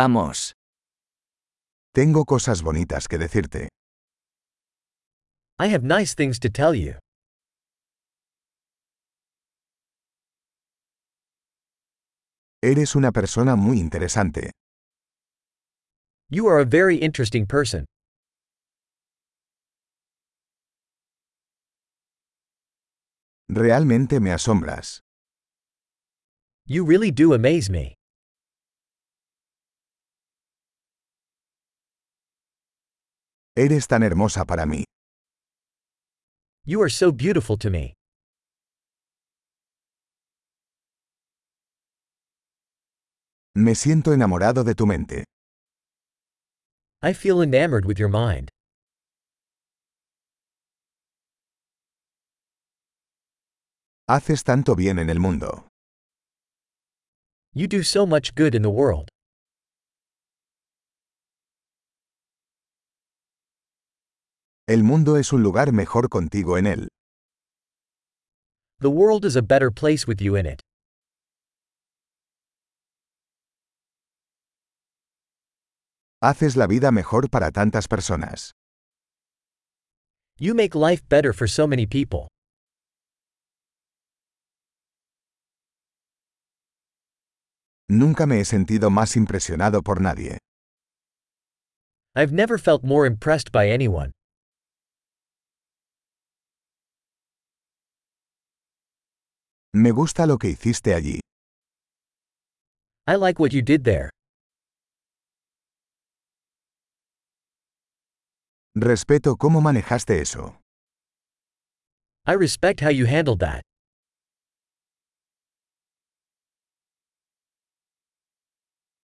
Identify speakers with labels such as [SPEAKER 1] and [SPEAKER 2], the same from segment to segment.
[SPEAKER 1] Vamos.
[SPEAKER 2] Tengo cosas bonitas que decirte.
[SPEAKER 3] I have nice things to tell you.
[SPEAKER 2] Eres una persona muy interesante.
[SPEAKER 3] You are a very interesting person.
[SPEAKER 2] Realmente me asombras.
[SPEAKER 3] You really do amaze me.
[SPEAKER 2] Eres tan hermosa para mí.
[SPEAKER 3] You are so beautiful to me.
[SPEAKER 2] Me siento enamorado de tu mente.
[SPEAKER 3] I feel enamored with your mind.
[SPEAKER 2] Haces tanto bien en el mundo.
[SPEAKER 3] You do so much good in the world.
[SPEAKER 2] El mundo es un lugar mejor contigo en él.
[SPEAKER 3] The world is a better place with you in it.
[SPEAKER 2] Haces la vida mejor para tantas personas.
[SPEAKER 3] You make life better for so many people.
[SPEAKER 2] Nunca me he sentido más impresionado por nadie.
[SPEAKER 3] I've never felt more impressed by anyone.
[SPEAKER 2] Me gusta lo que hiciste allí.
[SPEAKER 3] I like what you did there.
[SPEAKER 2] Respeto cómo manejaste eso.
[SPEAKER 3] I respect how you handled that.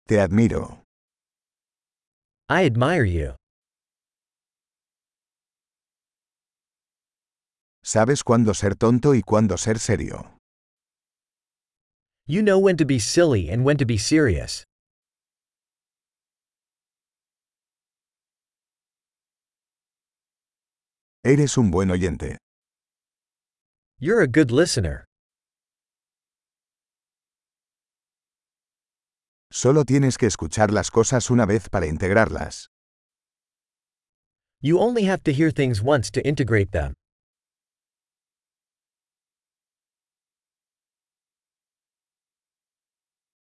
[SPEAKER 2] Te admiro.
[SPEAKER 3] I admire you.
[SPEAKER 2] Sabes cuándo ser tonto y cuándo ser serio.
[SPEAKER 3] You know when to be silly and when to be serious.
[SPEAKER 2] Eres un buen oyente.
[SPEAKER 3] You're a good listener.
[SPEAKER 2] Solo tienes que escuchar las cosas una vez para integrarlas.
[SPEAKER 3] You only have to hear things once to integrate them.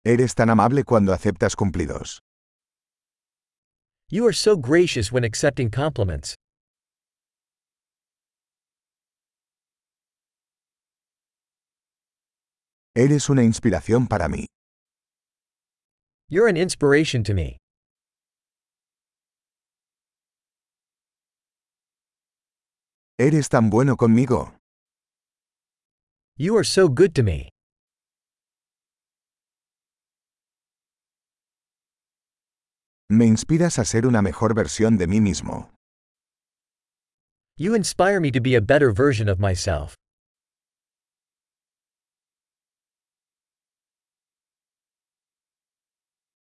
[SPEAKER 2] Eres tan amable cuando aceptas cumplidos.
[SPEAKER 3] You are so gracious when accepting compliments.
[SPEAKER 2] Eres una inspiración para mí.
[SPEAKER 3] You're an inspiration to me.
[SPEAKER 2] Eres tan bueno conmigo.
[SPEAKER 3] You are so good to me.
[SPEAKER 2] Me inspiras a ser una mejor versión de mí mismo.
[SPEAKER 3] You inspire me to be a better version of myself.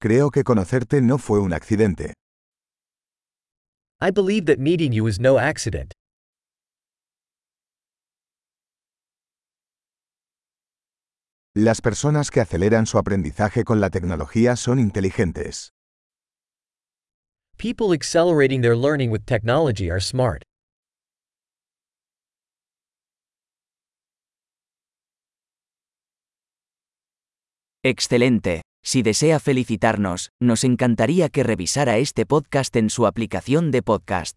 [SPEAKER 2] Creo que conocerte no fue un accidente.
[SPEAKER 3] I believe that meeting you is no accident.
[SPEAKER 2] Las personas que aceleran su aprendizaje con la tecnología son inteligentes.
[SPEAKER 3] People accelerating their learning with technology are smart.
[SPEAKER 1] Excelente. Si desea felicitarnos, nos encantaría que revisara este podcast en su aplicación de podcast.